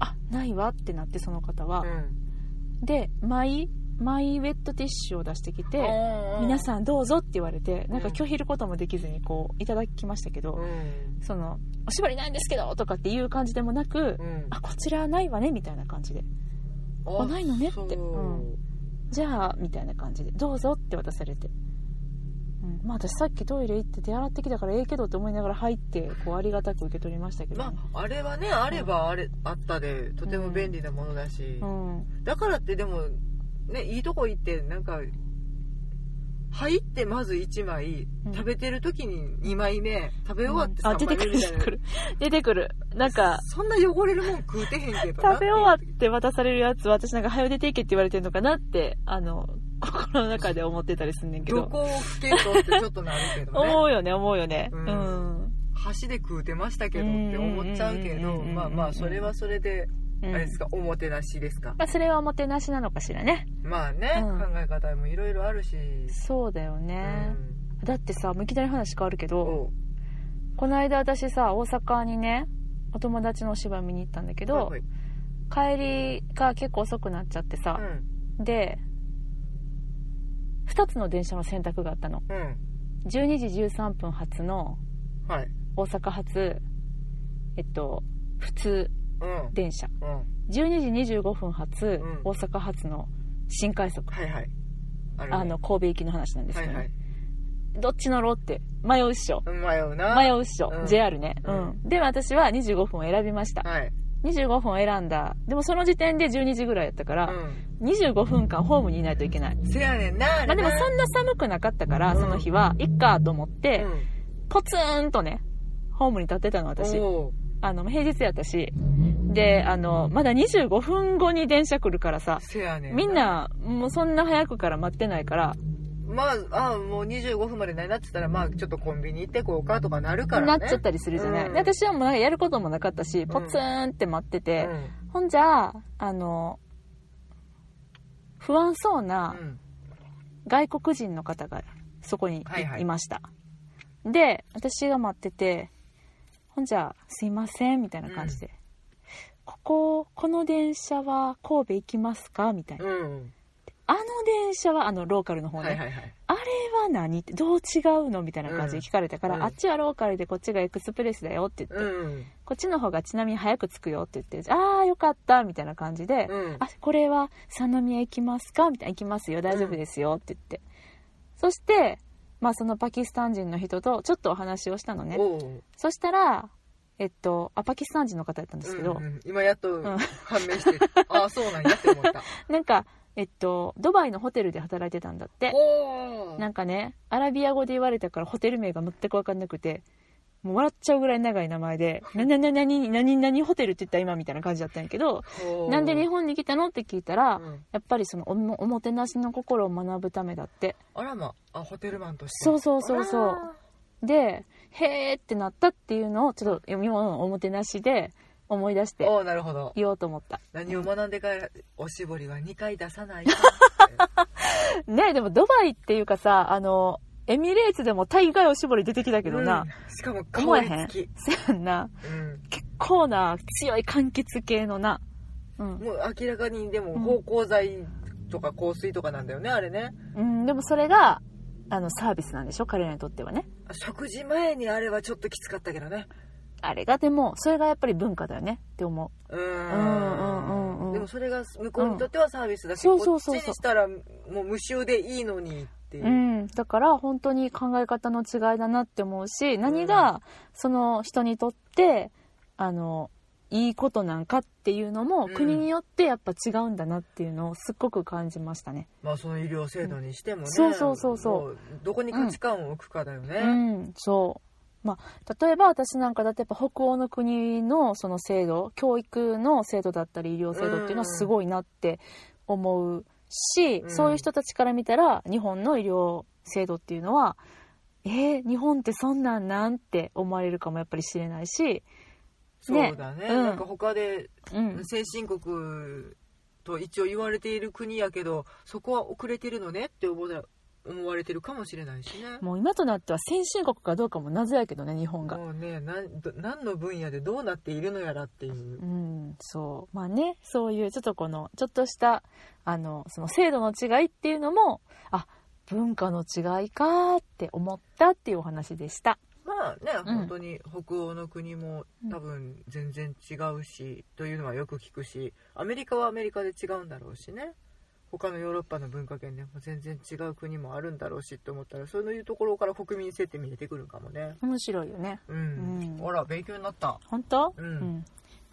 Speaker 1: あないわってなってその方は
Speaker 2: う、ん
Speaker 1: で毎マイウェットティッシュを出してきて
Speaker 2: で
Speaker 1: 皆
Speaker 2: ん、
Speaker 1: さんどうぞって言われてなんか
Speaker 2: うん
Speaker 1: 拒否ることもできずにこういただきましたけ
Speaker 2: う
Speaker 1: ど
Speaker 2: ん
Speaker 1: その「おしぼりないんですけど!」とかっていう感じでもなく
Speaker 2: うん
Speaker 1: 「あこちらないわね」みたいな感じであないのねって
Speaker 2: そう
Speaker 1: うん「じゃあ」みたいな感じで「どうぞ」って渡されて、うん、まあ私さっきトイレ行って手洗ってきたからええけどって思いながら入ってこうありがたく受け取りましたけど、
Speaker 2: ま
Speaker 1: ね
Speaker 2: ああれはねあればあれ、あったでとても便利なものだし、
Speaker 1: うん、
Speaker 2: だからってでもねいいとこ行ってなんか入ってまず1枚、
Speaker 1: うん
Speaker 2: 食べてる時に2枚目食べ終わって
Speaker 1: あ出
Speaker 2: 3
Speaker 1: て
Speaker 2: 枚
Speaker 1: くる
Speaker 2: 目み
Speaker 1: 出
Speaker 2: たい
Speaker 1: て
Speaker 2: な、
Speaker 1: くる 出てくるなんか
Speaker 2: そんな汚れるもん食うてへんけどな
Speaker 1: 食べ終わって渡されるやつ私なんか「早よ出ていけ」って言われてるのかなってあの 心の中で思ってたりすんねんけ
Speaker 2: ど
Speaker 1: ど
Speaker 2: こをつけとってちょっとなるけどね
Speaker 1: 思うよね思うよねう、
Speaker 2: うんん箸で食うてましたけどって思っちゃうけ
Speaker 1: うんうんうん
Speaker 2: ど
Speaker 1: うんうん
Speaker 2: まあまあそれはそれで、
Speaker 1: うん
Speaker 2: あれですかおもてなしですか
Speaker 1: まあ、それはおもてなしなのかしらね
Speaker 2: まあね、
Speaker 1: うん
Speaker 2: 考え方もいろいろあるし、
Speaker 1: そうだよね、だってさもういきなり話変わるけ
Speaker 2: うん
Speaker 1: ど、
Speaker 2: おう
Speaker 1: この間私さ大阪にねお友達のお芝居見に行ったんだけど、
Speaker 2: はい
Speaker 1: 帰りが結構遅くなっちゃって
Speaker 2: は
Speaker 1: さ
Speaker 2: い、
Speaker 1: で2つの電車の選択があったの
Speaker 2: うんうん
Speaker 1: 12時13分発の
Speaker 2: はい
Speaker 1: 大阪発えっと普通
Speaker 2: うん
Speaker 1: 電車
Speaker 2: うん
Speaker 1: 12時25分発、
Speaker 2: ん
Speaker 1: 大阪発の新快速、
Speaker 2: はいはいあるね
Speaker 1: あの神戸行きの話なんです
Speaker 2: は
Speaker 1: けど、
Speaker 2: い
Speaker 1: ね
Speaker 2: はい
Speaker 1: どっち乗ろうって迷うっしょ
Speaker 2: 迷うな
Speaker 1: 迷うっしょ、
Speaker 2: うん
Speaker 1: JR ね、う
Speaker 2: うんん
Speaker 1: で私は25分を選びました、
Speaker 2: はい
Speaker 1: 25分を選んだでもその時点で12時ぐらいやったから、
Speaker 2: う
Speaker 1: 25分間ホームにいないといけない、
Speaker 2: んせやねんなあれ
Speaker 1: まあ、でも
Speaker 2: な
Speaker 1: そんな寒くなかったから、
Speaker 2: うん
Speaker 1: その日はいっかと思って、
Speaker 2: うん
Speaker 1: ポツンとねホームに立ってたの私
Speaker 2: おう
Speaker 1: あの平日やったしであのまだ25分後に電車来るからさ
Speaker 2: せやねん
Speaker 1: みんなもうそんな早くから待ってないから
Speaker 2: まああもう25分までないなって言ったらまあちょっとコンビニ行ってこうかとかなるから
Speaker 1: な
Speaker 2: ね
Speaker 1: っちゃったりするじゃない、
Speaker 2: うん
Speaker 1: で私はもうなんかやることもなかったしポツンって待ってて、
Speaker 2: うん
Speaker 1: ほんじゃあの不安そうな
Speaker 2: うん
Speaker 1: 外国人の方がそこにい,、
Speaker 2: はいはい
Speaker 1: ましたで私が待っててほんじゃ「すいません」みたいな感じで「こここの電車は神戸行きますか?」みたいな、
Speaker 2: うん
Speaker 1: あの電車はあのローカルの方ね、
Speaker 2: はいはいはい
Speaker 1: あれは何ってどう違うのみたいな感じで聞かれたから、
Speaker 2: うん
Speaker 1: あっちはローカルでこっちがエクスプレスだよって言って、
Speaker 2: うん
Speaker 1: こっちの方がちなみに早く着くよって言ってああよかったみたいな感じで、
Speaker 2: うん
Speaker 1: あこれは三宮行きますかみたいな行きますよ大丈夫ですよって言って、そして、まあ、そのパキスタン人の人とちょっとお話をしたのね
Speaker 2: おう
Speaker 1: そしたらえっとあパキスタン人の方だったんですけど、
Speaker 2: うんうん今やっと
Speaker 1: ん
Speaker 2: 判 明してああそうなんやって思った
Speaker 1: なんかえっとドバイのホテルで働いてたんだって
Speaker 2: おお
Speaker 1: なんかねアラビア語で言われたからホテル名が全く分かんなくてもう笑っちゃうぐらい長い名前で「ななななになになにホテルって言った今」みたいな感じだったんやけどなんで日本に来たのって聞いたら、
Speaker 2: うん
Speaker 1: やっぱりそのおもおもてなしの心を学ぶためだって
Speaker 2: あらまあホテルマンとして
Speaker 1: そうそうそうそう
Speaker 2: あら
Speaker 1: でへーってなったっていうのをちょっと今のおもてなしで思い出して
Speaker 2: おおなるほど
Speaker 1: 言おうと思った
Speaker 2: 何を学んでからおしぼりは2回出さな いか
Speaker 1: ねえでもドバイっていうかさあのエミレーツでも大概おしぼり出てきたけどな、
Speaker 2: うんしかも
Speaker 1: 思
Speaker 2: 香
Speaker 1: え
Speaker 2: り
Speaker 1: へん
Speaker 2: 付き、
Speaker 1: せやん な
Speaker 2: うん、
Speaker 1: 結構な強い柑橘系のなうん、
Speaker 2: もう明らかにでも
Speaker 1: うん
Speaker 2: 芳香剤とか香水とかなんだよねあれね
Speaker 1: うん、でもそれがあのサービスなんでしょ彼らにとってはね
Speaker 2: 食事前にあれはちょっときつかったけどね
Speaker 1: あれがでもそれがやっぱり文化だよねって思
Speaker 2: うー
Speaker 1: ううんうんうんうん
Speaker 2: でもそれが向こうにとってはサービスだし、
Speaker 1: うんそうそ
Speaker 2: こ
Speaker 1: う
Speaker 2: っ
Speaker 1: そう
Speaker 2: ち
Speaker 1: そう
Speaker 2: にしたらもう無臭でいいのにっていう、
Speaker 1: うん、だから本当に考え方の違いだなって思うし何がその人にとってあのいいことなんかっていうのも
Speaker 2: うん
Speaker 1: 国によってやっぱ違うんだなっていうのをすっごく感じましたね。
Speaker 2: まあその医療制度にしてもね、
Speaker 1: そうそうそうそう
Speaker 2: もどこに価値観を置くかだよね、
Speaker 1: うん、そうまあ、例えば私なんかだってやっぱ北欧の国のその制度教育の制度だったり医療制度っていうのはすごいなって思うし、
Speaker 2: うん
Speaker 1: そういう人たちから見たら日本の医療制度っていうのはえー日本ってそんなんなんって思われるかもやっぱりしれないし、
Speaker 2: そうだね
Speaker 1: ねうん
Speaker 2: なんか他で
Speaker 1: うん、
Speaker 2: 先進国と一応言われている国やけどそこは遅れてるのねって思うた思われてるかもしれないしね。
Speaker 1: もう今となっては先進国かどうかも謎やけどね日本が、
Speaker 2: もうねなんど何の分野でどうなっているのやらっていう
Speaker 1: う、ん、そうまあねそういうちょっとこのちょっとしたあのその制度の違いっていうのもあ文化の違いかーって思ったっていうお話でした
Speaker 2: まあね、
Speaker 1: うん
Speaker 2: 本当に北欧の国も
Speaker 1: うん
Speaker 2: 多分全然違うし、というのはよく聞くしアメリカはアメリカで違うんだろうしね他のヨーロッパの文化圏でも全然違う国もあるんだろうしって思ったらそういうところから国民性って見えてくるかもね
Speaker 1: 面白いよね
Speaker 2: うん、
Speaker 1: うん
Speaker 2: ほら勉強になった
Speaker 1: 本当、
Speaker 2: うん
Speaker 1: っ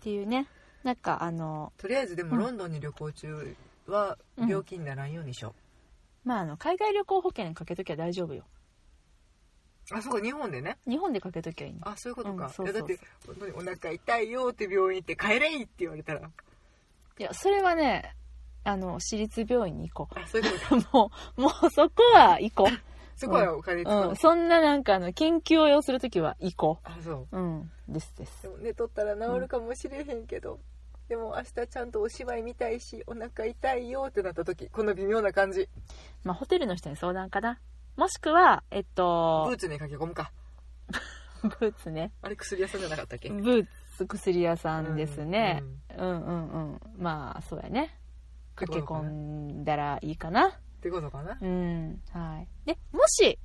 Speaker 1: ていうねなんかあの
Speaker 2: とりあえずで
Speaker 1: う
Speaker 2: も
Speaker 1: ん
Speaker 2: ロンドンに旅行中は
Speaker 1: うん
Speaker 2: 病気にならんようにしよ
Speaker 1: まああの海外旅行保険かけときゃ大丈夫よ
Speaker 2: う、あそうか日本でね
Speaker 1: 日本でかけときゃいいの
Speaker 2: あそういうこと
Speaker 1: うん
Speaker 2: か、
Speaker 1: そう
Speaker 2: いやだ
Speaker 1: そう
Speaker 2: って本当にお腹痛いよって病院行って帰れいって言われたら
Speaker 1: いやそれはねあの私立病院に行こ
Speaker 2: あそういうことか
Speaker 1: う もうもうそこは行こ
Speaker 2: そこはお金
Speaker 1: う、
Speaker 2: 使う、
Speaker 1: うん、そんななんかあの研究を要するときは行こ
Speaker 2: あそう
Speaker 1: ううんですです
Speaker 2: でも寝とったら治るかもしれへんけど、でも明日ちゃんとお芝居見たいしお腹痛いよってなった時この微妙な感じ
Speaker 1: まあ、ホテルの人に相談かな。もしくは、えっ
Speaker 2: ブ
Speaker 1: と
Speaker 2: ー、ツに駆け込むか
Speaker 1: ブーツね。
Speaker 2: あれ薬屋さんじゃなかったっけ
Speaker 1: ブーツ薬屋さんですね
Speaker 2: う。んうん
Speaker 1: うん
Speaker 2: っ
Speaker 1: うんうん。まあ、そうやね。
Speaker 2: てこ
Speaker 1: 駆け
Speaker 2: とか
Speaker 1: 込
Speaker 2: なん
Speaker 1: だらいいかな。
Speaker 2: ってことかな
Speaker 1: うん。はい。で、もし、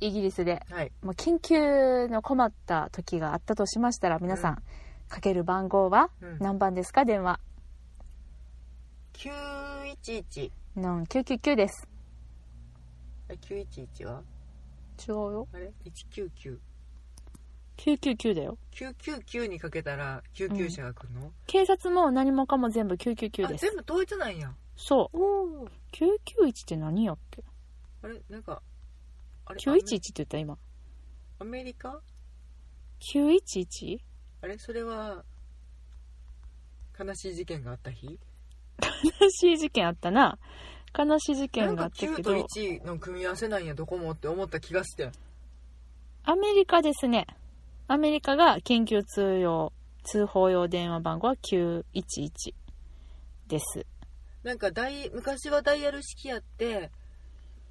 Speaker 1: イギリスで、
Speaker 2: はい
Speaker 1: もう緊急の困った時があったとしましたら、皆さん、かける番号は
Speaker 2: うん
Speaker 1: 何番ですか電話。
Speaker 2: 911
Speaker 1: のん、999です。
Speaker 2: あ911は
Speaker 1: 違うよ。
Speaker 2: あれ199999
Speaker 1: 999だよ。
Speaker 2: にかけたら救急車が来るの、
Speaker 1: 警察も何もかも全部999
Speaker 2: あ
Speaker 1: です。
Speaker 2: 全部統一なんや
Speaker 1: そう。
Speaker 2: おお
Speaker 1: 991って何やっけ
Speaker 2: あれなんかあれ
Speaker 1: ?911 って言った今。
Speaker 2: アメリカ
Speaker 1: 911?
Speaker 2: あれそれは悲しい事件があった日
Speaker 1: 悲しい事件あったな。悲しい事
Speaker 2: な
Speaker 1: 件
Speaker 2: ん
Speaker 1: があ
Speaker 2: か
Speaker 1: った
Speaker 2: 9
Speaker 1: け
Speaker 2: と
Speaker 1: ど、
Speaker 2: 1の組み合わせなんやどこもって思った気がして
Speaker 1: アメリカですね。アメリカが緊急通用、通報用電話番号は911です。
Speaker 2: なんかダイ昔はダイヤル式やって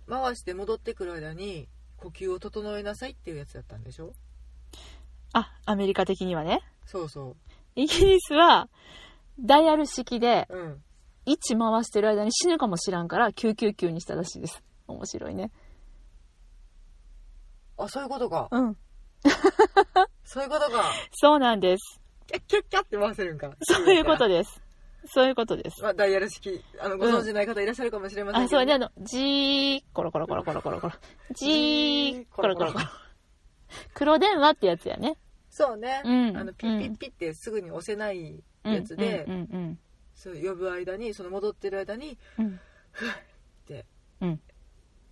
Speaker 2: 回して戻ってくる間に呼吸を整えなさいっていうやつだったんでしょ
Speaker 1: あ、アメリカ的にはね。
Speaker 2: そうそ
Speaker 1: イギリスは、ダイヤル式で、
Speaker 2: ううん
Speaker 1: 位置回してる間に死ぬかもしらんから、999にしたらしいです。面白いね。
Speaker 2: あそういうことか
Speaker 1: うん。
Speaker 2: そういうことか
Speaker 1: そうなんです。
Speaker 2: キャッキャッキャッって回せるんか
Speaker 1: そういうこと
Speaker 2: で、
Speaker 1: です。そういうことです。
Speaker 2: まあ、ダイヤル式あのご存知ない方いらっしゃるかもしれません
Speaker 1: あ、
Speaker 2: けど、
Speaker 1: そうね、あの、じー、コロコロコロコロコロコロ。じー、コロコロコロ。 黒電話ってやつやね。
Speaker 2: そうね、
Speaker 1: うん
Speaker 2: あのピッピッピッってすぐに押せない
Speaker 1: うん
Speaker 2: やつで、
Speaker 1: うんうん
Speaker 2: そう呼ぶ間にその戻ってる間に
Speaker 1: うん。うん
Speaker 2: って
Speaker 1: うん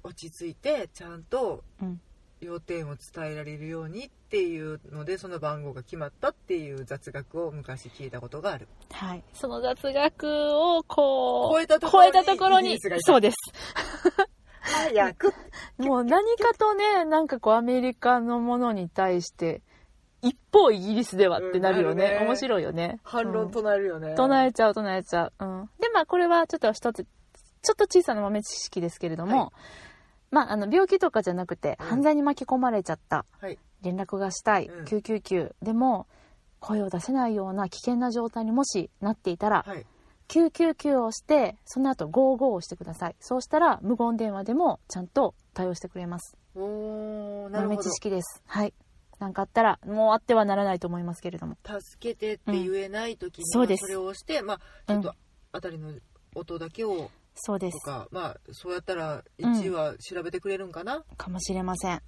Speaker 2: 落ち着いてちゃんと
Speaker 1: うん
Speaker 2: 要点を伝えられるようにっていうのでその番号が決まったっていう雑学を昔聞いたことがある
Speaker 1: はい。その雑学をこう、
Speaker 2: 超えたところに
Speaker 1: 超えたところに
Speaker 2: イギリスがいた
Speaker 1: そうです。
Speaker 2: 早く
Speaker 1: もう何かとね、なんかこうアメリカのものに対して、一方イギリスではってなるよね。
Speaker 2: うんなるね
Speaker 1: 面白いよね。
Speaker 2: 反論
Speaker 1: と、
Speaker 2: 唱えるよね、
Speaker 1: 唱えちゃう唱えちゃう。うん。で、まあこれはちょっと一つ、ちょっと小さな豆知識ですけれども、
Speaker 2: は
Speaker 1: まああの病気とかじゃなくて、
Speaker 2: うん
Speaker 1: 犯罪に巻き込まれちゃった。
Speaker 2: はい
Speaker 1: 連絡がしたい、
Speaker 2: うん
Speaker 1: 999でも声を出せないような危険な状態にもしなっていたら、
Speaker 2: はい
Speaker 1: 999を押してその後55を押してくださいそうしたら無言電話でもちゃんと対応してくれます
Speaker 2: おーなるほ
Speaker 1: 豆
Speaker 2: ど
Speaker 1: 知
Speaker 2: 助
Speaker 1: 識ですはい何かあったらもうあってはならないと思いますけれども
Speaker 2: けてって言えない時に
Speaker 1: うんそう
Speaker 2: は
Speaker 1: です
Speaker 2: それを押して、まあちょっとあたりの音だけを
Speaker 1: そうで
Speaker 2: と
Speaker 1: す
Speaker 2: か、まあそうやったら1は調べてくれるんかな、
Speaker 1: かもしれません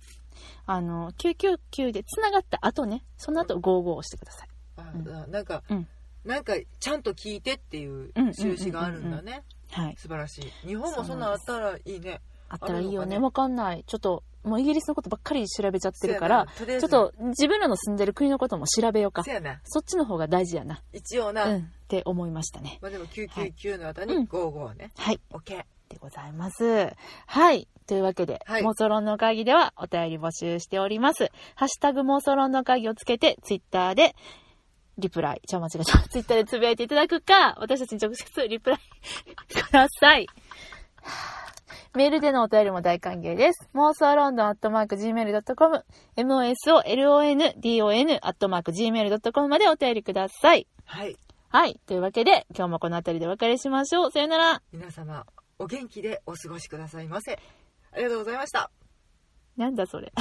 Speaker 1: あの999でつながった後ねその後55を押してください
Speaker 2: あ
Speaker 1: うん
Speaker 2: ななんか、
Speaker 1: うん
Speaker 2: なんかちゃんと聞いてっていう
Speaker 1: うん
Speaker 2: 印があるんだね、
Speaker 1: はい
Speaker 2: 素晴らしい日本もそんなんあったらいいね
Speaker 1: あったらいいよ
Speaker 2: ある
Speaker 1: ね
Speaker 2: のかね
Speaker 1: わかんないちょっともうイギリスのことばっかり調べちゃってるか
Speaker 2: そや
Speaker 1: ら
Speaker 2: なとりあえ
Speaker 1: ちょっ
Speaker 2: ず
Speaker 1: と自分らの住んでる国のことも調べようか
Speaker 2: せ。やな
Speaker 1: そっちの方が大事やな。
Speaker 2: 一応な、
Speaker 1: うん。って思いましたね。
Speaker 2: まあでも999の後
Speaker 1: うん
Speaker 2: に55ね、
Speaker 1: はい。
Speaker 2: オッケー
Speaker 1: でございます。はい。というわけで、
Speaker 2: はい
Speaker 1: 妄想論の会議ではお便り募集しております。ハッシュタグ妄想論の会議をつけて、ツイッターで、リプライ、じゃあ間違えた。ツ イッターでつぶやい ていただくか、私たちに直接リプライください。 メールでのお便りも大歓迎です。妄想ロンドンアットマーク Gmail.com、mosolondon アットマーク Gmail.com までお便りください。
Speaker 2: はい
Speaker 1: はい。というわけで、今日もこの辺りでお別れしましょう。さよなら。
Speaker 2: 皆様お元気でお過ごしくださいませありがとうございました
Speaker 1: なんだそれ。